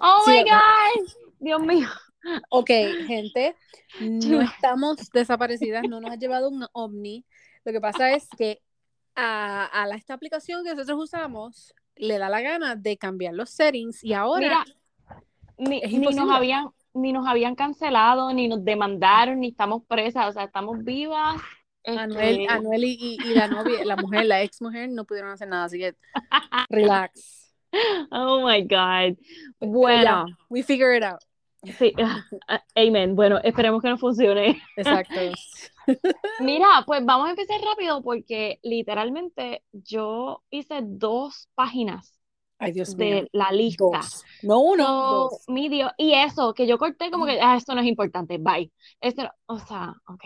Oh Sí, my ¿verdad? gosh. Dios mío. Ok, gente, no estamos desaparecidas, no nos ha llevado un ovni. Lo que pasa es que a, a la, esta aplicación que nosotros usamos le da la gana de cambiar los settings y ahora Mira, ni, es ni nos imposible. habían ni nos habían cancelado, ni nos demandaron, ni estamos presas, o sea, estamos vivas. Anuel, Este, Anuel y, y- y la novia, la mujer, la ex mujer, no pudieron hacer nada, así que relax. Oh my God. Bueno, Ya, we figure it out. sí, ah, amen. Bueno, esperemos que nos funcione. Exacto. Mira, pues vamos a empezar rápido porque literalmente yo hice dos páginas Ay, Dios mío. de la lista. Dos. No uno, So, dos. mi Dios, y eso, que yo corté como que, ah, esto no es importante, bye. Esto no- o sea, ok.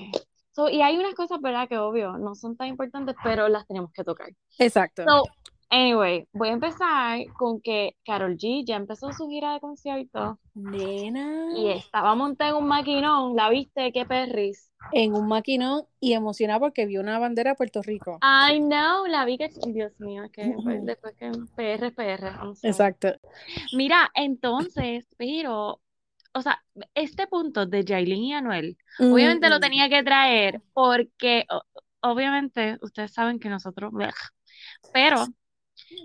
So, y hay unas cosas, ¿verdad? Que obvio, no son tan importantes, pero las tenemos que tocar. Exacto. So, anyway, voy a empezar con que Carol G ya empezó su gira de concierto Nena. y estaba montada en un maquinón, ¿la viste? ¡Qué perris! En un maquinón y emocionada porque vio una bandera de Puerto Rico. I know, la vi que, Dios mío, que pues, Ujú. después que PR, PR. I'm sorry. Exacto. Mira, entonces, pero, o sea, este punto de Yailin y Anuel, Obviamente lo Mm. tenía que traer porque o- obviamente ustedes saben que nosotros, bleh, pero,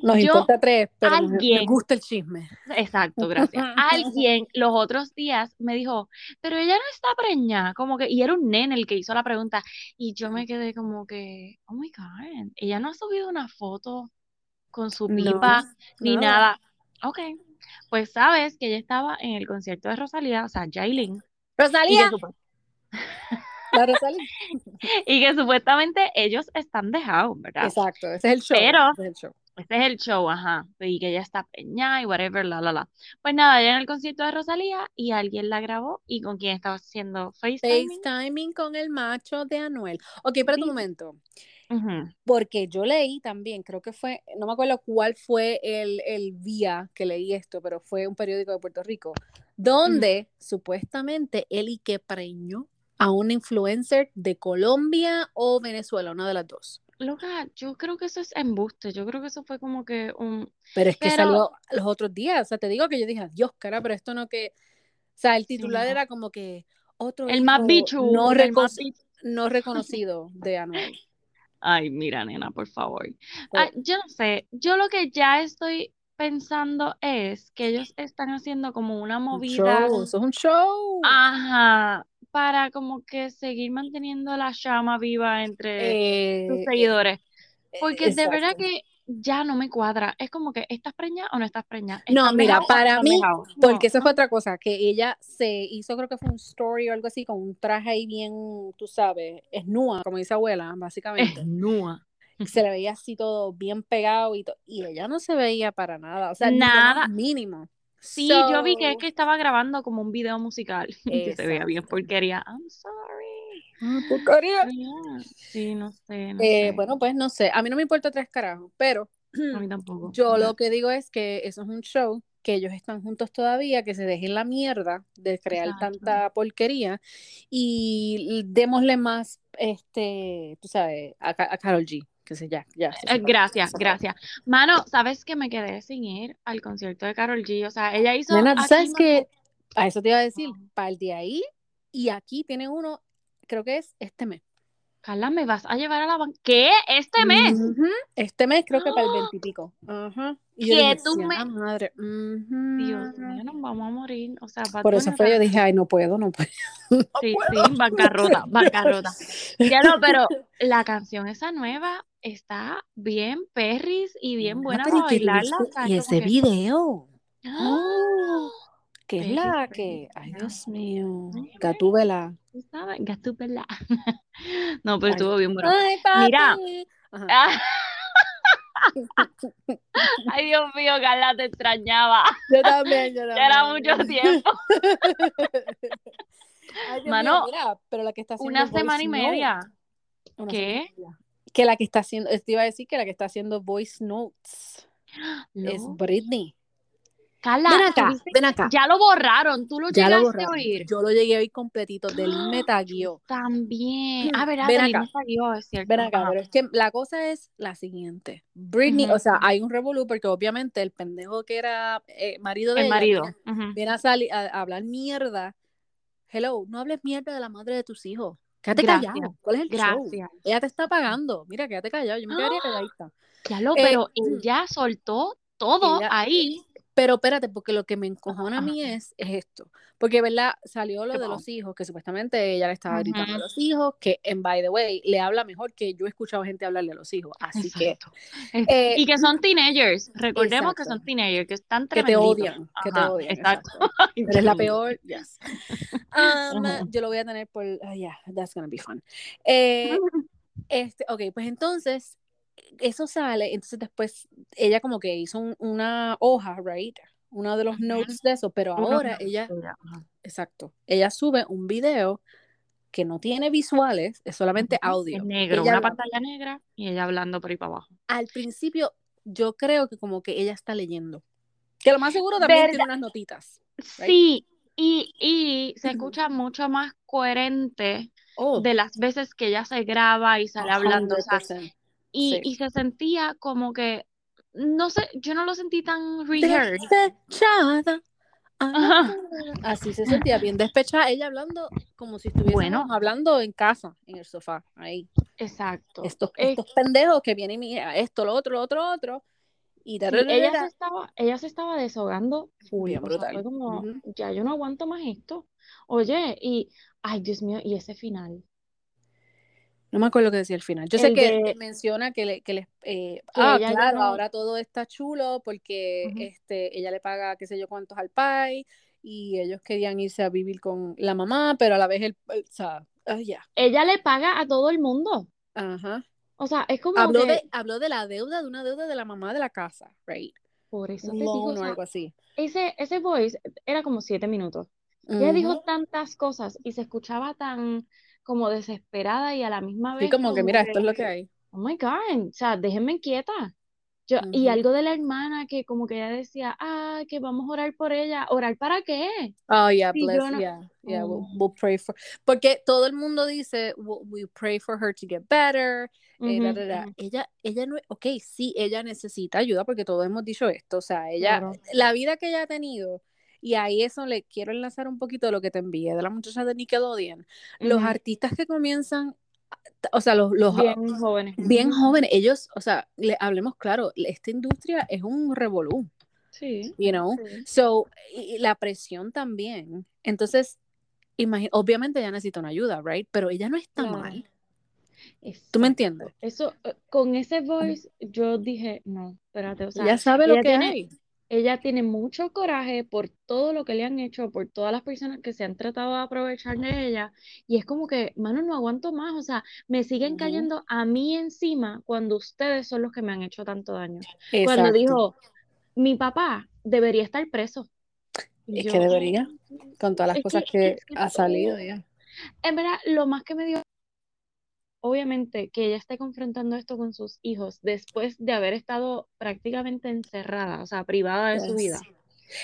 Nos Yo- importa tres, pero nos- alguien- nos gusta el chisme. exacto, gracias. Alguien los otros días me dijo, pero ella no está preñada, como que, y era un nene el que hizo la pregunta, y yo me quedé como que, oh my God, ella no ha subido una foto con su No, pipa ni nada. nada. Ok, pues sabes que ella estaba en el concierto de Rosalía, o sea, Yailin, y que Rosalía. supu- La Rosalía. y que supuestamente ellos están dejados, ¿verdad? Exacto. Ese es el show. Pero- ese es el show. Este es el show, ajá. Y que ella está peñada y whatever, la, la, la. Pues nada, ella en el concierto de Rosalía y alguien la grabó y con quien estaba haciendo FaceTime. FaceTiming con el macho de Anuel. Ok, espérate un Sí. momento. Porque yo leí también, creo que fue, no me acuerdo cuál fue el, el día que leí esto, pero fue un periódico de Puerto Rico, Mm. donde supuestamente él y que preñó a una influencer de Colombia o Venezuela, una de las dos. Loca, yo creo que eso es embuste. Yo creo que eso fue como que un. Pero es que Pero- salió los otros días, o sea, te digo que yo dije, Dios, cara, pero esto no que, o sea, el titular no. era como que otro El más hijo bichu. no, el reco- más bichu. no reconocido de Anuel. Ay, mira, nena, por favor. Pero- Ah, yo no sé. Yo lo que ya estoy pensando es que ellos están haciendo como una Un movida. show, eso es un show. Ah, Ajá, para como que seguir manteniendo la llama viva entre Eh, sus seguidores. Porque de verdad exacto. que ya no me cuadra. Es como que, ¿estás preñada o no estás preñada? No, ¿Estás mira, dejado o no para estás mí, dejado? No. Porque eso fue otra cosa, que ella se hizo, creo que fue un story o algo así, con un traje ahí bien, tú sabes, esnúa, como dice abuela, Es básicamente. nua. Se le veía así todo bien pegado y todo. Y ella no se veía para nada, o sea, ni lo Nada. más mínimo. Sí, yo vi que es que estaba grabando como un video musical. Que se veía bien Exacto. porquería. I'm sorry. Porquería. Yeah. Sí, no sé, no Eh, sé. bueno, pues no sé, a mí no me importa tres carajos, pero A mí tampoco. Eh, yo lo que digo es que eso es un show, que ellos están juntos todavía, que se dejen la mierda de crear Exacto. tanta porquería y l- démosle más, este, tú sabes, a, Ca- a Karol G, que se ya, ya. se Eh, separó, Gracias, se separó. gracias. Mano, ¿sabes que me quedé sin ir al concierto de Carol G? O sea, ella hizo Nena, tú aquí sabes más- que a eso te iba a decir, Wow. para el de ahí y aquí tiene uno, creo que es este mes. Carla, ¿me vas a llevar a la banca? ¿Qué? ¿Este mes? Ujú, Este mes creo que para el ¡Ah! veintipico. Ajá. Y yo Que dije, tú "Sí, a me- la madre. ujú. Dios mío, nos vamos a morir. O sea, Bad Por Bunny eso fue yo está- dije, ay, no puedo, no puedo. no Sí, puedo. sí, bancarrota, bancarrota. Ya no, pero la canción esa nueva está bien perris y bien Ah, buena pero para ¿y qué bailarla. dice? O sea, Y como ese que... video, ¡Ah! que es Perris, la perris, que, ay, perris. Dios mío, Ay, Gatúbela. tú sabes, Gatúbela. No, pero Ay. estuvo bien bueno. Ay, papi. Mira. Ajá. Ah, Ay, Dios mío, Carla, te extrañaba. Yo también, yo también. Ya era mucho tiempo. Ay, Dios mío, Mano, mira, pero la que está haciendo Una Voice semana y Note, media. una ¿Qué? semana y media. Que la que está haciendo, te iba a decir que la que está haciendo voice notes es Lo- Britney. Carla, ven acá, tuviste- ven acá. ya lo borraron, tú lo Ya lo llegaste a borraron. oír. Ah. Yo lo llegué a oír completito. Del me tagueó. También. Ah, verá, Ven Adeline acá. está yo, es cierto. Ven acá, Ajá. pero es que la cosa es la siguiente. Britney, Ujú. o sea, hay un revolú porque obviamente el pendejo que era eh, marido de El ella marido. viene- ujú. viene a, sali- a- a hablar mierda. Hello, no hables mierda de la madre de tus hijos. Quédate Gracias. callado. ¿Cuál es el show? Gracias. Ah. Ella te está pagando. Mira, quédate callado. Yo me quedaría calladita. Ya lo, Eh, pero ella soltó todo ella- ahí. Pero espérate, porque lo que me encojona a Ajá. mí es, es esto. Porque, ¿verdad? Salió lo ¿Qué de pasó? los hijos, que supuestamente ella le estaba Ujú. gritando a los hijos, que, en by the way, le habla mejor que yo he escuchado gente hablarle a los hijos. Así que, Exacto. Eh, eh, y que son teenagers. Recordemos que exacto. son teenagers, que están que te tremenditos. odian, que te Ajá, odian. exacto. exacto. Ay, Pero es la Dios mío. peor, yes. Um, Ajá. yo lo voy a tener por, ah, yeah, that's gonna be fun. Eh, este, ok, pues entonces, eso sale, entonces después ella como que hizo un- una hoja, right? Uno de los Ujú. notes de eso, pero Uno ahora de ella, ella, ajá. exacto, ella sube un video que no tiene visuales, es solamente Ujú. audio. En negro, Ella una habla- pantalla negra y ella hablando por ahí para abajo. al principio, yo creo que como que ella está leyendo. Que lo más seguro también tiene unas notitas. Right. Sí, y, y se Ujú. escucha mucho más coherente Oh, de las veces que ella se graba y sale hablando. O sea, 100%. y, sí. y se sentía como que, no sé, yo no lo sentí tan rehearsed. Despechada. Ajá. Así se sentía bien despechada, ella hablando como si estuviésemos Bueno. hablando en casa, en el sofá, ahí. Exacto. Estos, Eh, estos pendejos que vienen y mira, esto, lo otro, lo otro, lo otro. Y sí, ella se estaba, ella se estaba desahogando full. Bien O sea, brutal. fue como, Ujú. ya yo no aguanto más esto. Oye, y, ay, Dios mío, y ese final. No me acuerdo lo que decía al final. Yo sé El que de- menciona que, le- que les... eh, Que ah, ella ya claro, no- ahora todo está chulo porque Ujú. este, ella le paga qué sé yo cuántos al pai y ellos querían irse a vivir con la mamá, pero a la vez el... el- o sea, ah, ya. Ella le paga a todo el mundo. Ajá. O sea, es como Habló que, de, habló de la deuda, de una deuda de la mamá de la casa, right? por eso Un te digo, o loan o sea, algo así. ese, ese voice era como siete minutos. Ella dijo Ujú. tantas cosas y se escuchaba tan como desesperada y a la misma Sí, vez como que como mira, que, esto es lo que hay. oh my God, o sea, déjenme quieta. Yo, y Ujú. algo de la hermana que como que ella decía, ah, que vamos a orar por ella. ¿Orar para qué? Oh, yeah, Si bless, yo no... yeah, yeah, we'll, Mm, we'll pray for, porque todo el mundo dice, "We- we pray for her to get better, eh, ujú, da, da, da". ujú, Ella, ella no, ok, sí, ella necesita ayuda porque todos hemos dicho esto, o sea, ella, claro. la vida que ella ha tenido, y ahí eso le quiero enlazar un poquito de lo que te envié de la muchacha de Nickelodeon, los ujú. artistas que comienzan, o sea, los, los, Bien jóvenes. bien ujú. jóvenes, ellos, o sea, le, hablemos claro, esta industria es un revolú Sí, you know. sí. So, y, y la presión también. Entonces, imagi- obviamente ella necesita una ayuda, right? Pero ella no está Claro. mal. ¿Tú me Exacto. entiendes? Eso, eh, con ese voice, yo dije, no, espérate, o sea, Ella sabe lo ella que tiene, hay. ella tiene mucho coraje por todo lo que le han hecho, por todas las personas que se han tratado de aprovechar de ella, y es como que, mano, no aguanto más, o sea, me siguen Ujú. cayendo a mí encima cuando ustedes son los que me han hecho tanto daño. Cuando Exacto. dijo, mi papá debería estar preso, y Es que yo, debería, con todas las es cosas que, que es que ha salido todo, ya. en verdad, lo más que me dio obviamente que ella esté confrontando esto con sus hijos después de haber estado prácticamente encerrada, o sea, privada de su Yes. vida.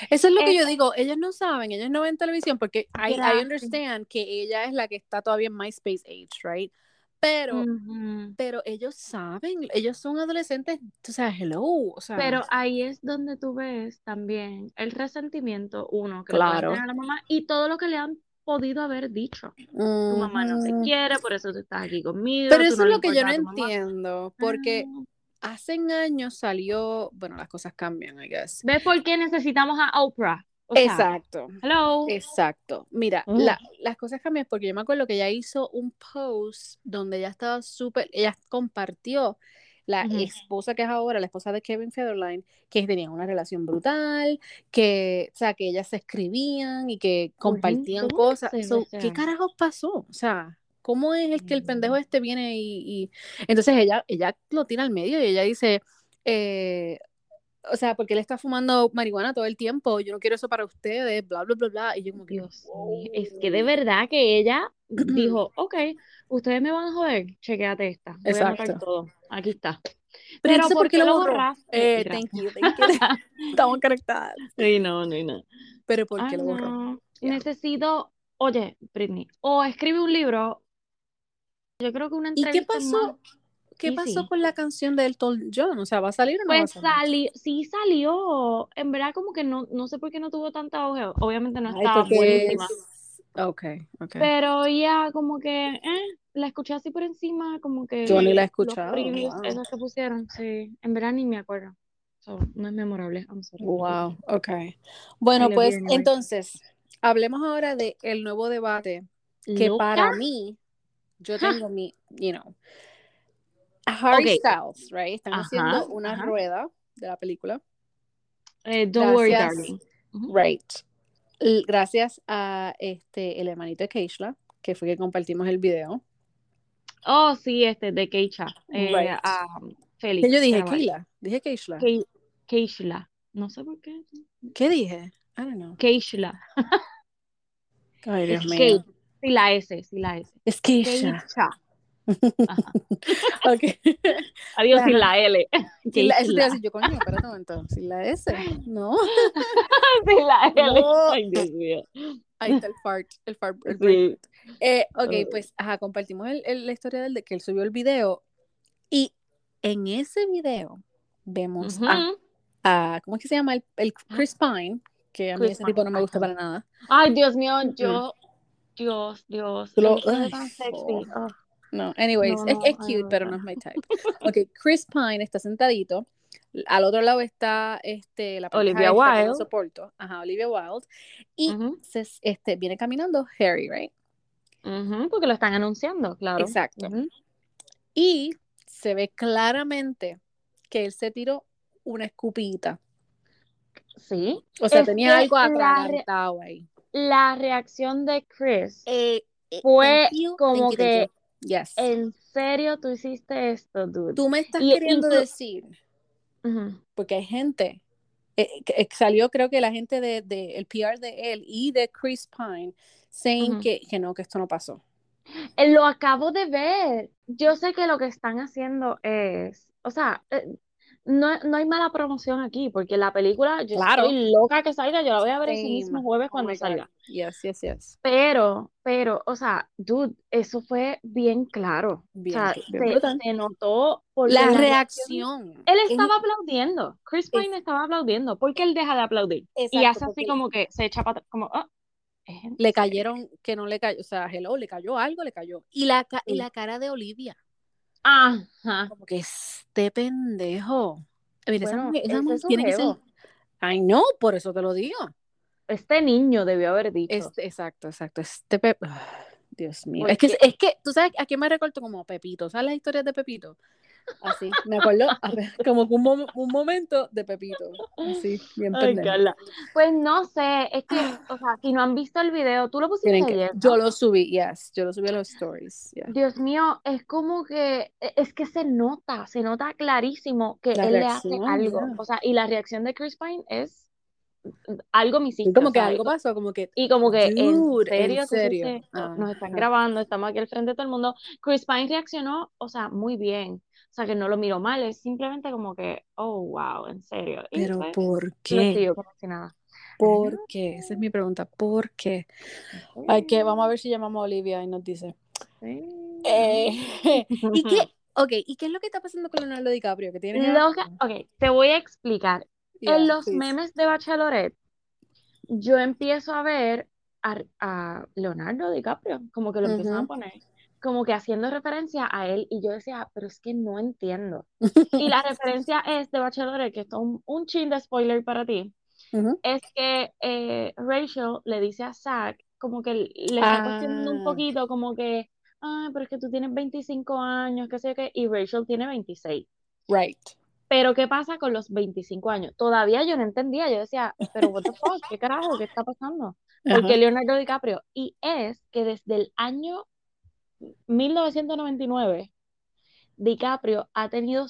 Eso es lo que Es yo digo, ellos no saben, ellos no ven televisión porque I, I gracia. understand que ella es la que está todavía en MySpace age, right? Mm. Pero, Ujú. pero ellos saben, ellos son adolescentes, o sea, hello, o sea, Pero ahí es donde tú ves también el resentimiento, uno, que le pueden claro. tener a la mamá y todo lo que le han podido haber dicho. Tu mamá no te Ujú. quiere, por eso tú estás aquí Pero conmigo, tú eso no le es lo que yo importas no a tu mamá. entiendo, porque Ah, hace años salió, bueno, las cosas cambian, I guess. ¿Ves por qué necesitamos a Oprah? O sea, Exacto, hello. exacto. Mira, Ugh. la- las cosas cambian porque yo me acuerdo que ella hizo un post donde ella estaba súper, ella compartió la Ujú. esposa que es ahora, la esposa de Kevin Federline, que tenían una relación brutal, que, o sea, que ellas se escribían y que Oye, ¿cómo compartían que cosas. se ve? O So, ¿qué sea, carajos pasó? O sea, ¿cómo es el que el pendejo mm. este viene y, y- entonces ella, ella lo tira al medio y ella dice, eh, o sea, porque él está fumando marihuana todo el tiempo, yo no quiero eso para ustedes, bla, bla, bla, bla. Y yo como que, Oh, Dios mío, es que de verdad que ella dijo, ok, ustedes me van a joder, chequéate esta, voy Exacto. a anotar todo, aquí está. Pero entonces, ¿por ¿por qué qué lo lo borró? borraste? Eh, Gracias. thank you, thank you. Estamos conectadas. Sí, no, no hay nada. Pero ¿por qué Ay, lo borró? Ah, no. Ya. Necesito, oye, Britney, o escribe un libro. Yo creo que una ¿Y qué entrevista más. pasó? ¿Qué Sí, pasó sí. con la canción de Elton John? O sea, ¿va a salir o no Pues va a salir? salió, sí salió. En verdad, como que no, no sé por qué no tuvo tanta auge. Obviamente no Ay, estaba porque buenísima. es- eh. Ok, ok. Pero ya como que, eh, la escuché así por encima, como que Yo ni la los he escuchado. previews, wow. esos que pusieron, sí. En verdad ni me acuerdo. So, no es memorable, I'm sorry. Wow, ok. I Bueno, love you pues anyway. entonces, hablemos ahora de el nuevo debate que Loca. para mí, yo tengo mi, you know, Harry Ok. Styles, right? Están Ajá, haciendo una ajá. rueda de la película, Eh, don't worry, Gracias. darling. right? L- Gracias a este el hermanito de Keishla, que fue que compartimos el video. Oh, sí, este, de Keisha. Eh, Right. a Félix. Que yo dije Caraballo. Keila, dije Keishla. Ke- Keishla. No sé por qué. ¿Qué dije? I don't know. Keishla. Ay, Dios Es mío. Kei- Sí, la S, sí, la S. Es Keisha. Keisha. Ajá. Ok. Adiós, sin Claro. la L. Si la, eso te iba a Keishla. decir yo, coño, espérate un momento. Si la S. No. Sin la L. No. Ay, Dios mío. Ahí está el fart. El fart. el Sí. fart. Eh, ok, Ay. pues, ajá, compartimos el- el- la historia del de que él subió el video. Y en ese video vemos Ujú. Ah. a- a, ¿Cómo es que se llama? El, el Chris Pine, que a mí Chris ese Pine, tipo no me gusta ajá. para nada. Ay, Dios mío, yo. Dios, Dios. Tú Mm. lo- Él se ve ay, tan sexy. oh. Oh. No, anyways, No, es, no, es ay, cute, no, pero no. no es my type. Ok, Chris Pine está sentadito. Al otro lado está este, la pareja Olivia esta que no Wilde. soporto. Ajá, Olivia Wilde. Y Ujú, se- este, viene caminando Harry, ¿right? ujú, Porque lo están anunciando, claro. Exacto. Ujú. Y se ve claramente que él se tiró una escupita. Sí. O sea, Es tenía que algo la atragantado ahí. La reacción de Chris. Eh, eh, Fue thank you, como thank you, thank que- you. Yes. ¿En serio tú hiciste esto, dude? Tú me estás y queriendo inclu- decir, Ujú. porque hay gente, eh, que- que salió creo que la gente de, de- el PR de él y de Chris Pine, saying Ujú. que, que no, que esto no pasó. Eh, Lo acabo de ver. Yo sé que lo que están haciendo es, o sea, eh, no, no hay mala promoción aquí, porque la película, yo Claro. estoy loca que salga, yo la voy a ver ese Same. mismo jueves Oh cuando my God. salga. Yes, yes, yes. Pero, pero, o sea, dude, eso fue bien claro. O Bien, sea, bien se, brutal. se notó porque La la reacción. Él es- estaba aplaudiendo, Chris es- Pine estaba aplaudiendo, porque él deja de aplaudir y Exacto, hace así porque como que se echa para atrás, como, "Ah, es en le serio". cayeron, que no le cayó, o sea, hello, le cayó algo, le cayó. Y la, ca- y Sí. la cara de Olivia, Ah. Ajá. como que este pendejo. Mira, esa Bueno, mujer, esa ese mujer es su tiene que ser. jevo. Ay, no, por eso te lo digo. Este niño debió haber dicho. Este, exacto, exacto. Este Pep. Dios mío. Porque- Es que, es que, tú sabes a quién me recorto como Pepito. ¿Sabes las historias de Pepito? Así. Me acuerdo a ver, como que un, mom- un momento de Pepito. Así, bien Ay, pendejo. Carla. Pues no sé, es que, o sea, si no han visto el video, tú lo pusiste Tienen que- ayer, ¿no? yo lo subí, yes. Yo lo subí a los stories. yeah. Dios mío, es como que, e, es que se nota, se nota clarísimo que La él le hace reacción, algo. yeah. O sea, y la reacción de Chris Pine es, algo me Y hiciste, como o que sea, algo pasó, como que, Y como que, ¿en dude, en serio tú hiciste serio. Ah. esto? Nos están Ajá. grabando, estamos aquí al frente de todo el mundo. Chris Pine reaccionó, o sea, muy bien. O sea, que no lo miró mal, es simplemente como que, oh, wow, en serio. Y Pero pues, ¿por lo qué? siguió como si nada. ¿Por qué? Esa es mi pregunta. ¿Por qué? Ay, que vamos a ver si llamamos a Olivia y nos dice. Eh, ¿y qué? Ok, ¿y qué es lo que está pasando con Leonardo DiCaprio? Que tiene Lo que- ok, te voy a explicar. Yeah, en los please. memes de Bachelorette, yo empiezo a ver a, a Leonardo DiCaprio, como que lo empiezan Ujú. a poner, como que haciendo referencia a él, y yo decía, "Ah, pero es que no entiendo. Y la referencia es de Bachelorette, que esto es un, un chin de spoiler para ti, Ujú. es que eh, Rachel le dice a Zach, como que le está cuestionando un Ah. poquito, como que, ah, pero es que tú tienes 25 años, qué sé yo qué, y Rachel tiene 26. Right. Pero ¿qué pasa con los 25 años? Todavía yo no entendía, yo decía, pero what the fuck, ¿qué carajo, qué está pasando? Ajá. Porque Leonardo DiCaprio, y es que desde el año 1999, DiCaprio ha tenido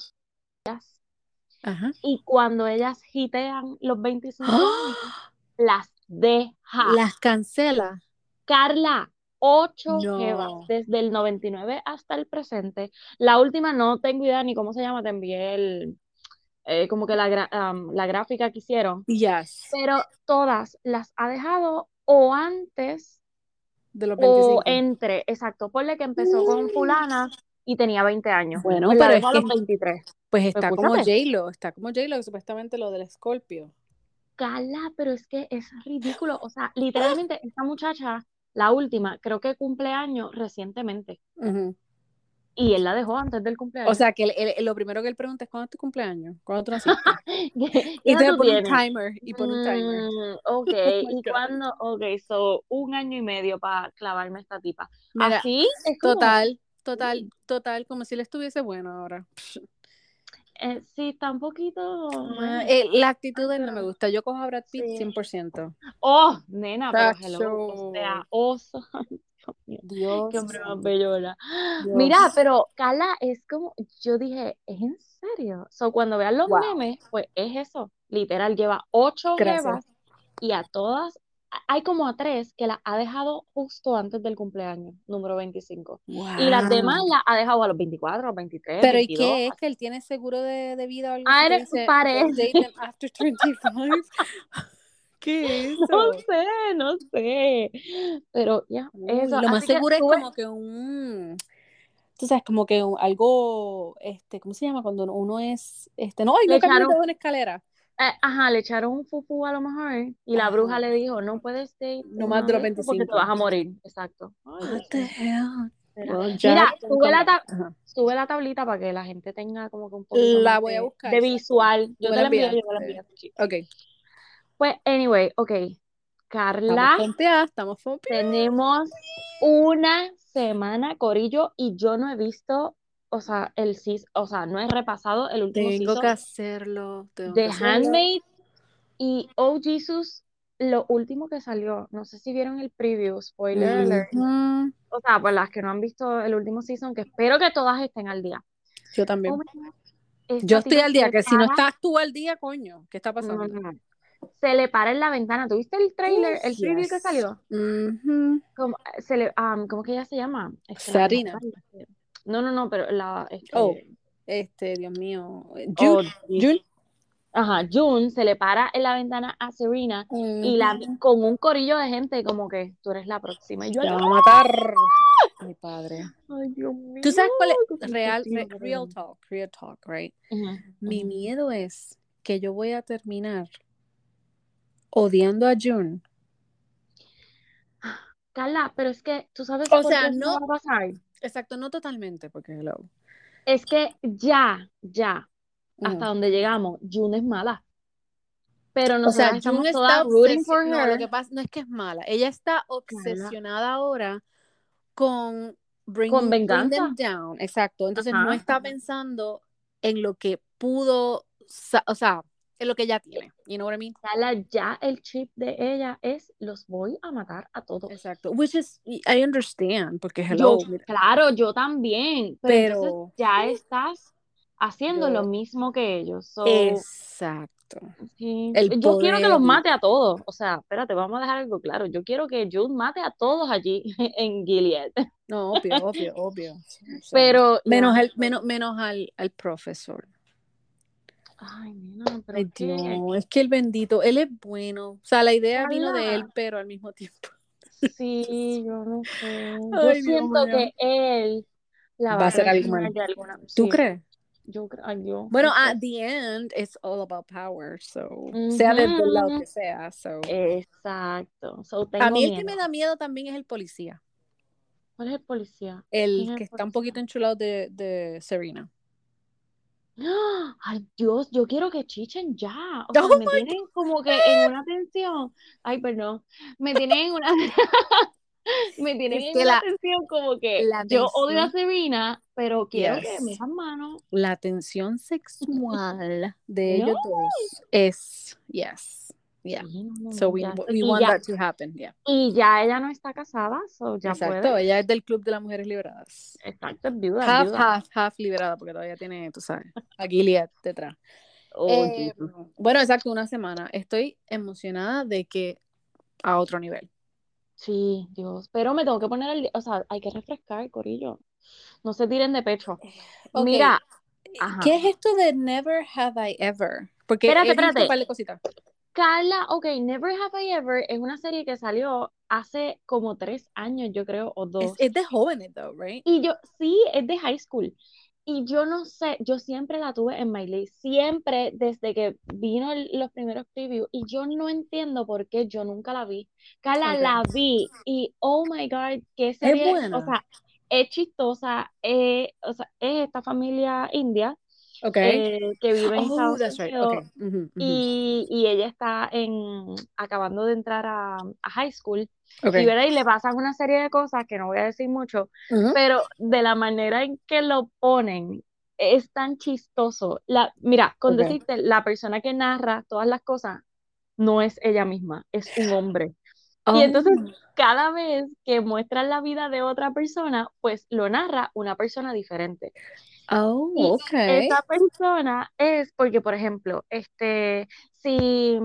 Ajá. Y cuando ellas hitean los 25 años, ¡Ah! ¡Oh! las deja. Las cancela. Carla, ocho no. jevas desde el 99 hasta el presente. La última no tengo idea ni cómo se llama, te envié el, eh, como que la, um, la, gráfica que hicieron. Yes. Pero todas las ha dejado o antes de los 25. o entre, exacto, ponle que empezó con fulana y tenía 20 años. Bueno, pues pero es a que, los 23. Pues está como J-Lo, está como J-Lo, que supuestamente lo del Scorpio. Cala, pero es que es ridículo. O sea, literalmente esta muchacha la última, creo que cumpleaños recientemente. Uh -huh. Y él la dejó antes del cumpleaños. O sea, que el, el, lo primero que él pregunta es: ¿Cuándo es tu cumpleaños? ¿Cuándo tú naciste? y te pone un timer. Y pone un timer. Mm, ok, oh ¿y cuándo? Ok, so un año y medio para clavarme esta tipa. Mira, Así es como... Total, total, total, como si le estuviese bueno ahora. Eh, sí, está un poquito. Eh, la actitud de él no me gusta. Yo cojo a Brad Pitt sí. 100%. Oh, nena, pero hello, O sea, oso. Dios. Qué hombre más bello, Mira, pero Carla es como. Yo dije, ¿es en serio? So, cuando vean los wow. memes, pues es eso. Literal, lleva ocho jevas y a todas. Hay como a tres que las ha dejado justo antes del cumpleaños, número 25. Wow. Y las demás las ha dejado a los 24, 23. Ah. Pero 22, ¿y qué es? ¿Que él tiene seguro de, de vida o algo Ah, eres parece. After 25. ¿Qué es eso? No sé, no sé. Pero ya, yeah, eso. Lo más seguro es como que un. Tú sabes, como que un, algo. este ¿Cómo se llama? Cuando uno es. este No, ay, no echaron... una escalera. Eh, ajá, le echaron un fufu a lo mejor. Y la bruja le dijo: No puedes ir. No más de los 25. Porque te vas a morir. Exacto. What the hell? Well, Mira, sube la, tab Ajá. sube la tablita para que la gente tenga como que un poco la voy a buscar, de visual. Yo te la envío, yo te la envío. Ok. Pues, anyway, ok. Carla, estamos fonteadas, estamos fonteadas. tenemos una semana, Corillo, y yo no he visto, o sea, el cis, o sea, no he repasado el último Tengo que hacerlo. Tengo de que hacerlo. Handmade y Oh Jesus, lo último que salió. No sé si vieron el preview, spoiler alert. Uh -huh. O sea, pues las que no han visto el último season, que espero que todas estén al día. Yo también. Oh, Yo estoy al día, que para... si no estás tú al día, coño, ¿qué está pasando? No, no, no. Mm. Se le para en la ventana. ¿Tuviste el trailer, oh, el preview yes. que salió? Uh -huh. ¿Cómo, se le, um, ¿Cómo que ella se llama? Este, Sarina. No, no, no, pero la. Este... Oh, este, Dios mío. June. June. Ajá, June se le para en la ventana a Serena uh -huh. y la con un corillo de gente como que tú eres la próxima. Y yo la va a matar. Mi padre. Ay, Dios mío. ¿Tú sabes cuál es? Real, real, real talk, real talk, right? Uh -huh. Mi miedo es que yo voy a terminar odiando a June. Carla, pero es que tú sabes o sea, no, va a pasar. Exacto, no totalmente, porque hello. Es que ya, ya, hasta mm. donde llegamos, June es mala. Pero no sea, June está rooting for her. No, lo que pasa no es que es mala. Ella está obsesionada Mala. ahora con bring, con venganza. Bring them down. Exacto. Entonces Ajá. no está pensando en lo que pudo, o sea, en lo que ya tiene. You know what I mean? ya el chip de ella es los voy a matar a todos. Exacto. Which is I understand porque hello. Yo, claro, yo también. Pero, pero ya estás haciendo yo. lo mismo que ellos. So, Exacto. Sí. El yo quiero que los mate a todos. O sea, espérate, vamos a dejar algo claro. Yo quiero que June mate a todos allí en Gilead. No, obvio, obvio, obvio. O sea, pero menos, no, el, menos, menos al, al profesor. Ay, nena, pero Ay, Dios, es que el bendito, él es bueno. O sea, la idea Hola. vino de él, pero al mismo tiempo. Sí, yo no sé. Yo Ay, siento Dios, que él la va, a hacer algo mal. Alguna... ¿Tú sí. crees? Yo, yo, bueno, ah, at the end, it's all about power, so, uh -huh. sea del lado que sea, so. Exacto. So, a mí el Eh, miedo. que me da miedo también es el policía. ¿Cuál es el policía? El, es que el está policía? un poquito enchulado de, de Serena. Ay, Dios, yo quiero que chichen ya. O sea, oh me tienen God. como que en una tensión. Ay, perdón. Me tienen en una. me tienen es que la, atención como que la yo odio a Serena, pero quiero yes. que me dejan mano. La tensión sexual de ellos no. dos es, yes. Yeah. So we, we want Mm, ya, that to happen. Yeah. Y ya ella no está casada, so ya Exacto, puede. ella es del Club de las Mujeres Liberadas. Exacto, viuda. Half, viuda. half, half liberada, porque todavía tiene, tú sabes, a Gilead detrás. Oh, eh, bueno, exacto, una semana. Estoy emocionada de que a otro nivel. Sí, Dios. Pero me tengo que poner el. O sea, hay que refrescar, Corillo. No se tiren de pecho. Okay. Mira. Ajá. ¿Qué es esto de never have I ever? Porque espérate, espérate. Un par de cositas. Carla, ok, Never Have I Ever es una serie que salió hace como tres años, yo creo, o dos. Es, es de jóvenes, though, right? Y yo, sí, es de high school. Y yo no sé, yo siempre la tuve en my list, siempre desde que vino el, los primeros previews, y yo no entiendo por qué yo nunca la vi. Carla, okay. la vi, y oh my god, qué serie. Es buena. O sea, es chistosa, es, o sea, es esta familia india. Okay. Eh, que vive en oh, Estados right. Unidos okay. uh -huh, uh -huh. Y, y, ella está en acabando de entrar a, a high school okay. y, ¿verdad? y le pasan una serie de cosas que no voy a decir mucho uh -huh. pero de la manera en que lo ponen es tan chistoso la mira con decirte la persona que narra todas las cosas no es ella misma es un hombre oh. y entonces cada vez que muestran la vida de otra persona, pues lo narra una persona diferente. Oh, y okay. Esa persona es porque, por ejemplo, este, si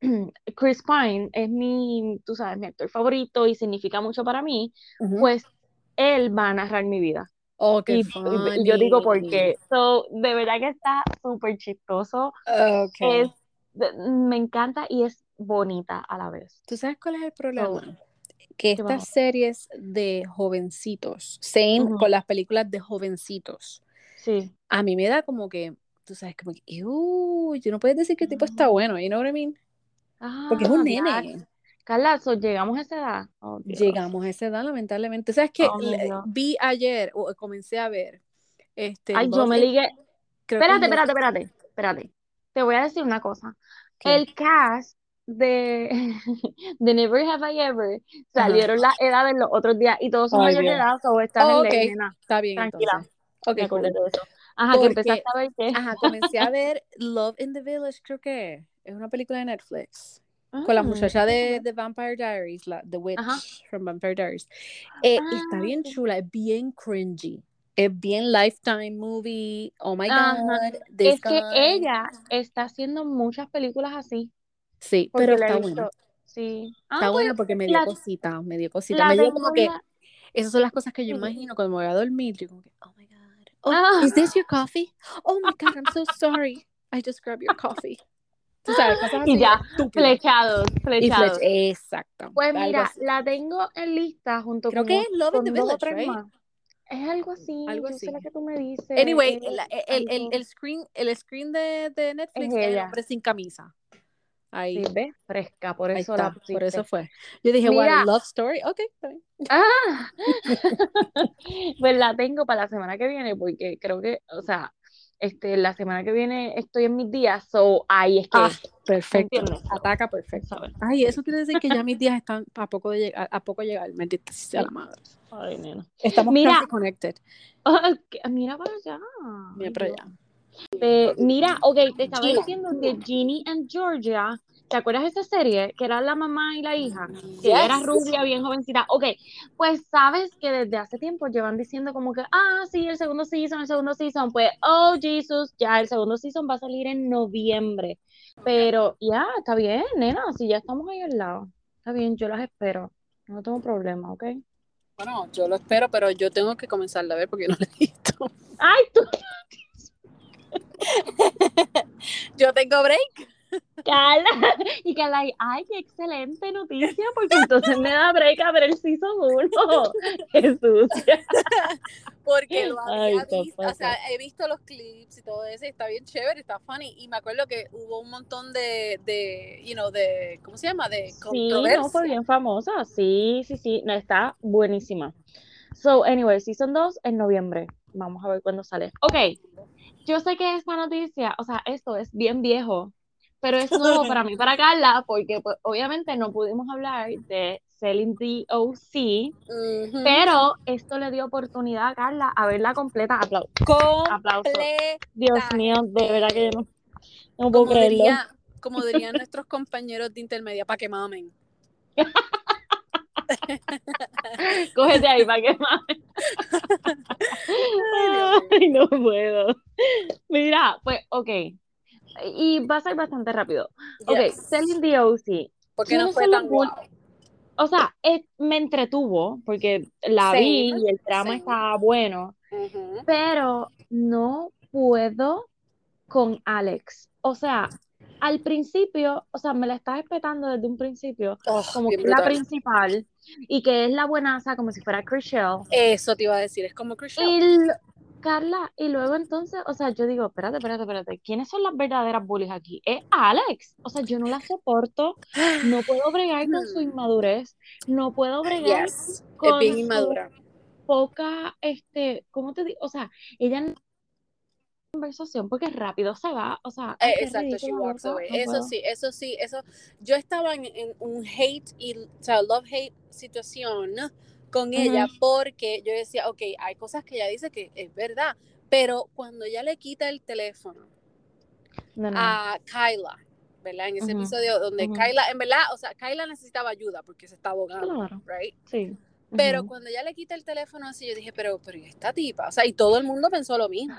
mm, Chris Pine es mi, tú sabes, mi actor favorito y significa mucho para mí, uh -huh. pues él va a narrar mi vida. Oh, qué y, y, yo digo por qué. So, de verdad que está súper chistoso. Okay. Es, me encanta y es bonita a la vez. ¿Tú sabes cuál es el problema? Oh, que estas vamos. series de jovencitos, same uh -huh. con las películas de jovencitos, Sí. A mí me da como que, tú sabes, como que, yo no puedes decir que el tipo Mm. está bueno, you know what I mean? Ah, Porque es un nene. Carla, so llegamos a esa edad. Oh, llegamos a esa edad, lamentablemente. ¿Sabes que oh, vi ayer, o comencé a ver. Este, Ay, yo me ligué. Espérate, espérate, espérate, espérate. Te voy a decir una cosa. ¿Qué? El cast de, de Never Have I Ever salieron Ajá. las edades los otros días y todos son mayores de edad o están oh, en okay. la Está bien, Tranquila. Entonces. Ok, ah, cool. de eso. Ajá, Porque, que empezaste a ver qué. Ajá, comencé a ver Love in the Village, creo que es una película de Netflix. Ah, con la muchacha de, de Vampire Diaries, la, The Witch ajá. from Vampire Diaries. Eh, ah, está bien chula, es bien cringy. Es bien Lifetime movie. Oh my God. Es guy. que ella está haciendo muchas películas así. Sí, pero está Ah, buena. Sí. pues, Está ah, buena porque me dio la, cosita, me dio cosita. Me dio como que. Esas son las cosas que yo imagino cuando me voy a dormir. Yo como que, oh my God. Oh, ah. is this your coffee? Oh my God, I'm so sorry. I just grabbed your coffee. Tú sabes, cosas así y ya, flechados, flechados. Flech Exacto. Pues mira, la tengo en lista junto Creo con... Creo que es Love in the Village, right? Más. Es algo así, algo así. Yo sé lo que tú me dices. Anyway, Eh, el, el, el, el screen, el screen de, de Netflix es el hombre sin camisa. Ahí. Sí, ¿ves? Fresca, por eso está, la Por eso fue. Yo dije, Mira. what a love story. Ok, está bien. Ah, pues la tengo para la semana que viene, porque creo que, o sea, este, la semana que viene estoy en mis días, so ahí es que. Ah, perfecto. Ataca perfecto. Ay, eso quiere decir que ya mis días están a poco de llegar, a poco llegar, me sí. a la madre. Ay, nena. Estamos mira, casi connected. Okay, mira para allá. Mira para allá. Eh, mira, ok, te estaba diciendo de Ginny and Georgia. ¿Te acuerdas de esa serie? Que era la mamá y la hija. Mm, Que yes. era rubia, bien jovencita. Ok, pues sabes que desde hace tiempo llevan diciendo como que, ah, sí, el segundo season, el segundo season. Pues, oh, Jesus, ya el segundo season va a salir en noviembre. Pero ya, yeah, está bien, nena, si ya estamos ahí al lado. Está bien, yo las espero. No tengo problema, ¿ok? Bueno, yo lo espero, pero yo tengo que comenzarla a ver porque no la he visto. Ay, tú. Yo tengo break. Carla, y Carla, ay, qué excelente noticia, porque entonces me da break a ver el season 1. Jesús. Porque lo había ay, visto, o sea, he visto los clips y todo eso, y está bien chévere, está funny. Y me acuerdo que hubo un montón de, de you know, de, ¿cómo se llama? De controversia. Sí, no, fue bien famosa, sí, sí, sí, no, está buenísima. So, anyway, season 2 en noviembre. Vamos a ver cuándo sale. Ok, yo sé que esta noticia, o sea, esto es bien viejo, pero es nuevo para mí, para Carla, porque pues, obviamente no pudimos hablar de Selling DOC, uh -huh. pero esto le dio oportunidad a Carla a verla completa. Aplausos. Aplauso. Dios mío, de verdad que yo no, no puedo como creerlo. Diría, como dirían nuestros compañeros de intermedia, para que mamen. Cógete ahí para que Ay, no puedo. Mira, pues, ok. Y va a ser bastante rápido. okay yes. Ok, Celine D.O.C. Porque no fue tan guau? O sea, es, me entretuvo porque la sí, vi y el trama sí. estaba bueno, uh -huh. pero no puedo con Alex. O sea, al principio, o sea, me la estás respetando desde un principio oh, como que es la principal y que es la buenaza como si fuera Chriselle. Eso te iba a decir, es como Chriselle. El, Carla, y luego entonces, o sea, yo digo, espérate, espérate, espérate, ¿quiénes son las verdaderas bullies aquí? Es Alex, o sea, yo no la soporto, no puedo bregar con su inmadurez, no puedo bregar Hmm. yes, con es bien inmadura. Su poca, este, ¿cómo te digo? O sea, ella no conversación porque rápido se va, o sea, eh, exacto, she walks away. No eso puedo. sí, eso sí, eso, yo estaba en, en un hate y, o sea, love hate situación, ¿no? con ella uh -huh. porque yo decía, ok, hay cosas que ella dice que es verdad, pero cuando ella le quita el teléfono Mm. no, no. a Kyla, ¿verdad? En ese uh -huh. episodio donde uh -huh. Kyla, en verdad, o sea, Kyla necesitaba ayuda porque se está ahogando, claro. ¿right? Sí. Pero cuando ella le quita el teléfono así, yo dije, pero, pero esta tipa, o sea, y todo el mundo pensó lo mismo.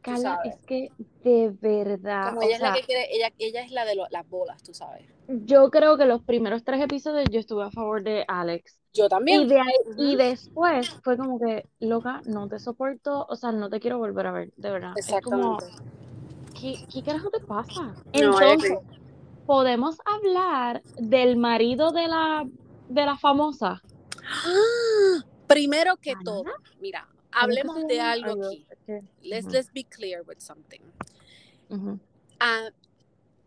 Carla, es que de verdad. Como ella, sea, es la que quiere, ella, ella es la de lo, las bolas, tú sabes. Yo creo que los primeros tres episodios yo estuve a favor de Alex. Yo también. eh, Y, de, y después fue como que, loca, no te soporto, o sea, no te quiero volver a ver, de verdad. Exactamente. Como, ¿qué, ¿qué, carajo te pasa? Entonces, no, podemos hablar del marido de la, de la famosa. ¡Ah! Primero que ¿Ana? todo, mira, hablemos de algo aquí. Let's, uh -huh. let's be clear with something. Uh -huh. uh,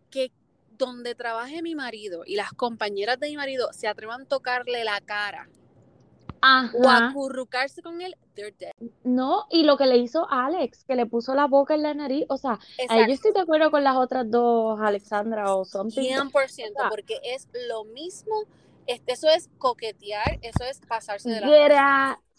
que donde trabaje mi marido y las compañeras de mi marido se atrevan a tocarle la cara Ajá. o a currucarse con él, they're dead. No, y lo que le hizo Alex, que le puso la boca en la nariz, o sea, ahí yo estoy de acuerdo con las otras dos, Alexandra o something. 100%, porque es lo mismo, eso es coquetear, eso es pasarse de la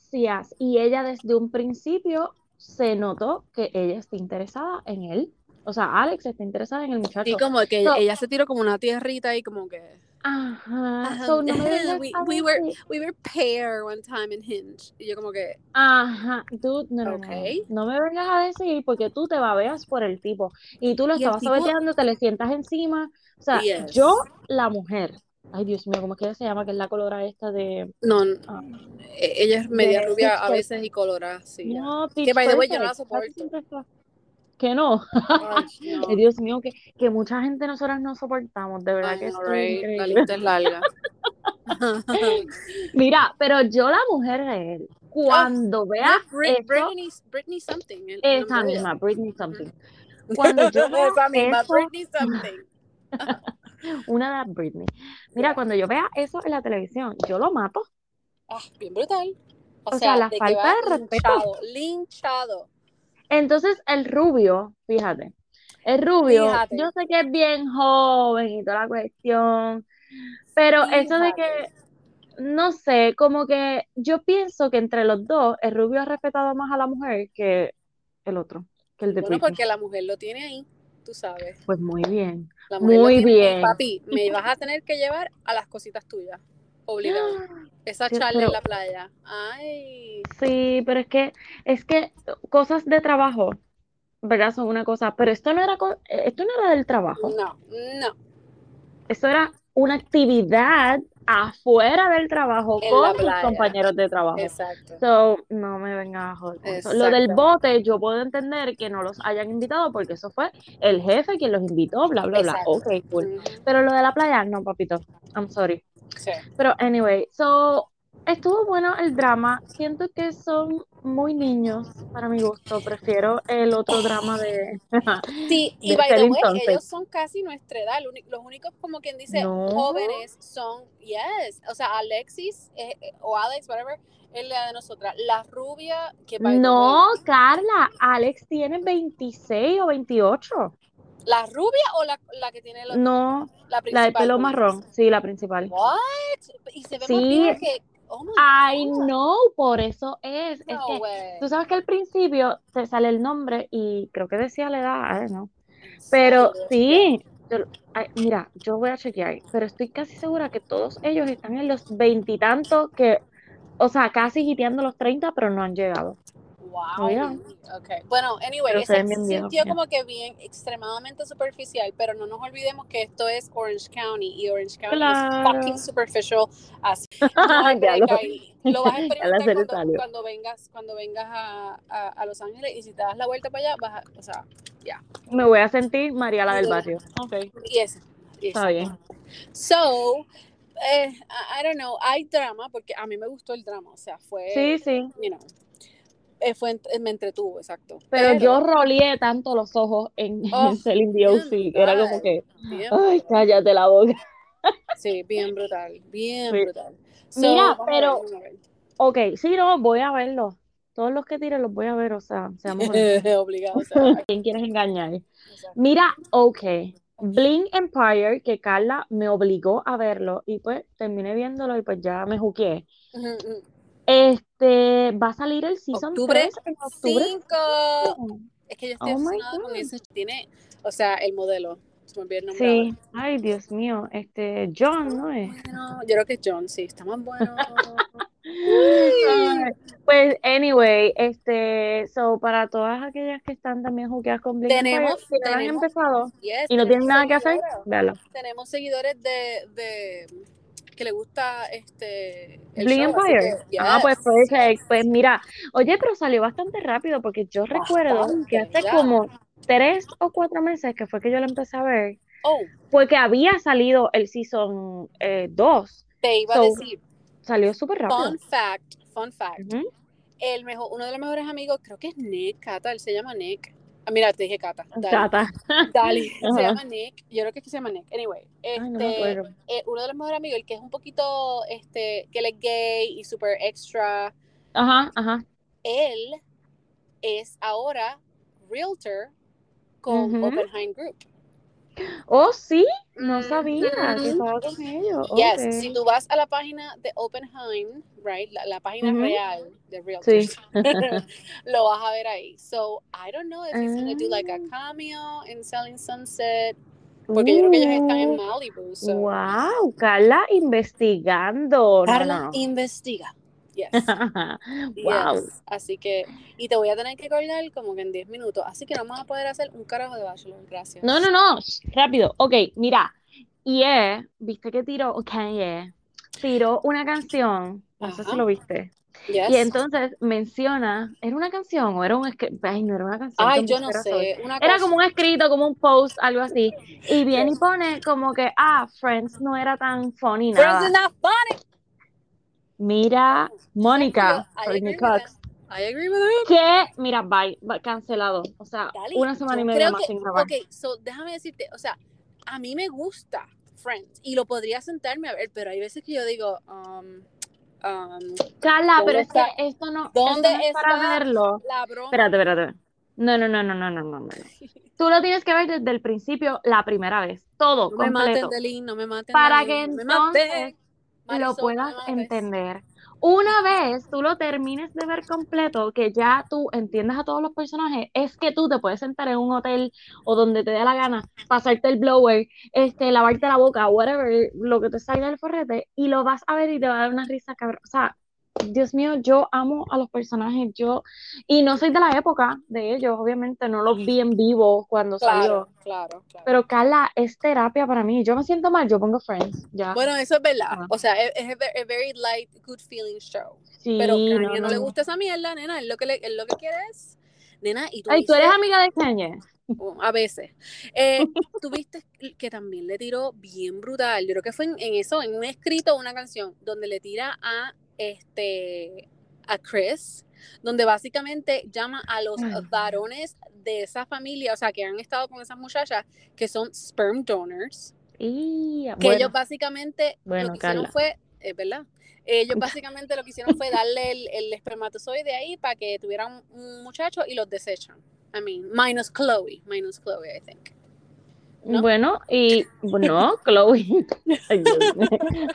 Gracias. Casa. Y ella desde un principio se notó que ella está interesada en él. O sea, Alex está interesada en el muchacho. Y como que so, ella se tiró como una tierrita y como que. Ajá. ajá. So, no me we, we, were, we were pair one time in Hinge. Y yo como que. Ajá. Tú, no, okay. no, no, no, me vengas a decir porque tú te babeas por el tipo. Y tú lo estabas saboteando, te le sientas encima. O sea, yes. yo, la mujer. Ay, Dios mío, ¿cómo es que ella se llama? Que es la colora esta de. No, no. Ah. ella es media de rubia a veces y colora, sí. No, Que by the way, yo no la soporto. Que no. Ay, no. Dios mío, que, que, mucha gente nosotras no soportamos, de verdad Ay, que no, Ray, La lista es larga. Mira, pero yo la mujer de él, Ah, cuando oh, vea. No, Brit, Britney, Britney, something. El, esa misma, Britney something. Cuando yo vea esa misma, eso, Britney something. Una de las Britney. Mira, cuando yo vea eso en la televisión, yo lo mato. Ah, bien brutal. O, o sea, sea, la de falta de respeto. Linchado, linchado. Entonces, el rubio, fíjate, el rubio, fíjate. yo sé que es bien joven y toda la cuestión, pero fíjate. eso de que, no sé, como que yo pienso que entre los dos, el rubio ha respetado más a la mujer que el otro, que el de Bueno, porque la mujer lo tiene ahí tú sabes. Pues muy bien. Muy bien. Papi, me vas a tener que llevar a las cositas tuyas. Obligado. Esa sí, charla pero, en la playa. Ay. Sí, pero es que, es que cosas de trabajo, ¿verdad? Son una cosa. Pero esto no era esto no era del trabajo. No, no. Esto era una actividad afuera del trabajo en con tus compañeros de trabajo. Exacto. So, no me vengas a joder. Lo del bote, yo puedo entender que no los hayan invitado porque eso fue el jefe quien los invitó, bla, bla, Exacto. bla. Ok, cool. Mm -hmm. Pero lo de la playa, no, papito. I'm sorry. Sí. Pero anyway, so estuvo bueno el drama. Siento que son muy niños para mi gusto. Prefiero el otro drama de. sí, de y by the way, ellos son casi nuestra edad. Los únicos, como quien dice, no. jóvenes son. Yes. O sea, Alexis eh, o Alex, whatever. Es la de nosotras. La rubia que No, way, Carla. Alex tiene 26 o 28. ¿La rubia o la, la que tiene los, No, la, principal, la de pelo marrón. Sí, la principal. ¿What? Y se ve sí. más bien que, Oh I God. know, por eso es. No es que, way. tú sabes que al principio te sale el nombre y creo que decía la edad, ah, ¿no? Pero sí, yo, ay, mira, yo voy a chequear, pero estoy casi segura que todos ellos están en los veintitantos que, o sea, casi hiteando los treinta, pero no han llegado. Wow. Okay. Bueno, anyway, ese sintió como que bien extremadamente superficial, pero no nos olvidemos que esto es Orange County y Orange County claro. es fucking superficial. Así. No, lo vas a experimentar cuando, cuando, vengas, cuando vengas a, a, a, Los Ángeles y si te das la vuelta para allá, vas a, o sea, ya. Yeah. Me voy a sentir María la del barrio. Okay. Yes. yes. Está bien. So, eh, I don't know, hay drama, porque a mí me gustó el drama, o sea, fue... Sí, sí. You know, eh, fue, me entretuvo, exacto. Pero, Pero yo roleé tanto los ojos en, oh, en Celine Dion, sí, era como que, bien ay, cállate la boca. Sí, bien brutal, bien sí. brutal. So, Mira, pero. Ver, ok, sí, no, voy a verlo. Todos los que tiren los voy a ver, o sea, seamos obligados. O sea, ¿Quién quieres engañar? Exacto. Mira, ok. Bling Empire, que Carla me obligó a verlo y pues terminé viéndolo y pues ya me juqué. Uh -huh. Este va a salir el season octubre 3 en octubre. 5. Es que yo estoy oh con eso. Tiene, o sea, el modelo. Sí, ay Dios mío, este John, ¿no es? Bueno, yo creo que John, sí, está más bueno. pues anyway, este, so para todas aquellas que están también jugadas con Blink tenemos, que han empezado yes, y no tienen nada que hacer, véalo. Tenemos seguidores de, de que le gusta este el Blink show, Empire. Que, yes. Ah, pues perfect. Pues mira, oye, pero salió bastante rápido porque yo recuerdo bastante, que hace ya. como tres o cuatro meses que fue que yo la empecé a ver, oh. porque había salido el season 2. Eh, Te iba so, a decir. Salió súper rápido. Fun fact, fun fact. Uh -huh. el mejor, uno de los mejores amigos, creo que es Nick, Cata, él se llama Nick. Ah, mira, te dije Cata. Dale. Cata. Dale, uh -huh. se llama Nick. Yo creo que, es que se llama Nick. Anyway, este, Ay, no eh, uno de los mejores amigos, el que es un poquito, este, que él es gay y súper extra. Ajá, ajá. Él es ahora realtor con uh -huh. Oppenheim Group. Oh, sí, no sabía que estaba con ellos. Yes, okay. si tú vas a la página de Oppenheim, right, la, la página uh -huh. real de Realtors, sí. lo vas a ver ahí. So, I don't know if he's going to do like a cameo in Selling Sunset. Porque uh, yo creo que ellos están en Malibu. So. Wow, Carla investigando. Carla no, no. investiga. Yes. wow. Yes. Así que, y te voy a tener que colgar como que en 10 minutos. Así que no vamos a poder hacer un carajo de bachelor. Gracias. No, no, no. Rápido. Ok, mira. Y yeah, viste que tiró, Kanye yeah. tiró una canción. No Ajá. sé si lo viste. Yes. Y entonces menciona, ¿era una canción o era un escrito? Ay, no era una canción. Ay, yo no sé. Una era cosa... como un escrito, como un post, algo así. Y viene y pone como que, ah, Friends no era tan funny. Nada. Friends is not funny. Mira, Mónica, Cox. I agree with him. Que, mira, bye, bye cancelado. O sea, Dale, una semana y media más que, sin grabar. Ok, so déjame decirte, o sea, a mí me gusta Friends y lo podría sentarme a ver, pero hay veces que yo digo, um, um, Carla, pero está, es que esto no, ¿dónde esto no es para verlo. La broma? Espérate, espérate. No, no, no, no, no, no, no. Tú lo tienes que ver desde el principio, la primera vez, todo no completo. Me maten, link, no me maten. Para Delin, que no entonces me lo puedas entender. Una vez tú lo termines de ver completo, que ya tú entiendas a todos los personajes, es que tú te puedes sentar en un hotel o donde te dé la gana, pasarte el blower, este, lavarte la boca, whatever, lo que te salga del forrete, y lo vas a ver y te va a dar una risa cabrón. O sea, Dios mío, yo amo a los personajes, yo, y no soy de la época de ellos, obviamente, no los vi en vivo cuando claro, salió. Claro, claro. Pero Carla, es terapia para mí, yo me siento mal, yo pongo Friends, ya. Bueno, eso es verdad, ah. o sea, es a very light, good feeling show. Sí, pero a no, no, no, le gusta esa mierda, nena, es lo que, le, es lo que quieres, nena, y tú Ay, tú eres amiga de Kanye. A veces. Eh, Tuviste que también le tiró bien brutal. Yo creo que fue en, en eso, en un escrito, una canción, donde le tira a este, a Chris, donde básicamente llama a los varones de esa familia, o sea, que han estado con esas muchachas, que son sperm donors. Y, bueno, que ellos básicamente bueno, lo que hicieron Carla. fue, es eh, verdad, ellos básicamente lo que hicieron fue darle el, el espermatozoide ahí para que tuvieran un muchacho y los desechan. I mean, minus Chloe, minus Chloe, I think. ¿No? Bueno, y no, Chloe. Ay,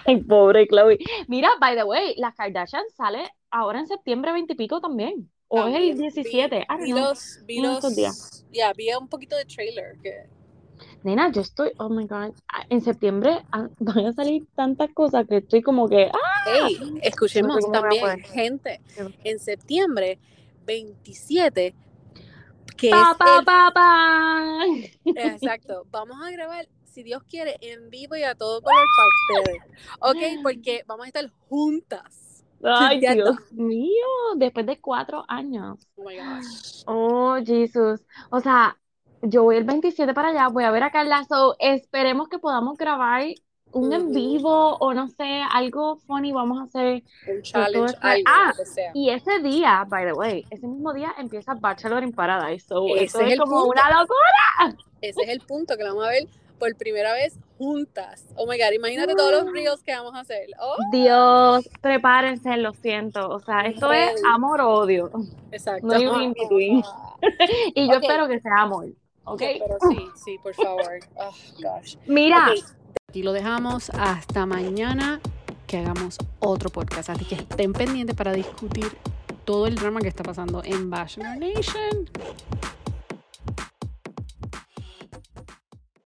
Ay, pobre Chloe. Mira, by the way, las Kardashian sale ahora en septiembre 20 y pico también. O Oh, es el Ah, 17. Vi, vi los, vi los, días. Ya, yeah, vi un poquito de trailer. Que... Nena, yo estoy, oh my god, en septiembre ah, van a salir tantas cosas que estoy como que. ¡ah! Hey, escuchemos no sé también, gente, en septiembre 27. Que Pa, es pa, el- pa, pa. Exacto. Vamos a grabar, si Dios quiere, en vivo y a todo color para ustedes. Ok, porque vamos a estar juntas. Ay, Ya Dios mío, después de cuatro años. Oh my gosh. Oh, Jesús. O sea, yo voy el 27 para allá, voy a ver a Carla. So, esperemos que podamos grabar un en Ujú. vivo o no sé, algo funny vamos a hacer. todo Un challenge, está- algo, Ah, lo que sea. Y ese día, by the way, ese mismo día empieza Bachelor in Paradise. So, Ese eso es es el como punto. una locura. Ese es el punto que la vamos a ver por primera vez juntas. Oh my god, imagínate todos Ah. los reels que vamos a hacer. Oh, Dios, prepárense, lo siento. O sea, esto es Ready. amor-odio. exacto. No hay un in between. Y yo Ok. espero que sea amor. ¿Ok? Pero sí, sí, por favor. Oh gosh. Mira, Ok, Aquí lo dejamos hasta mañana que hagamos otro podcast. Así que estén pendientes para discutir todo el drama que está pasando en Bachelor Nation.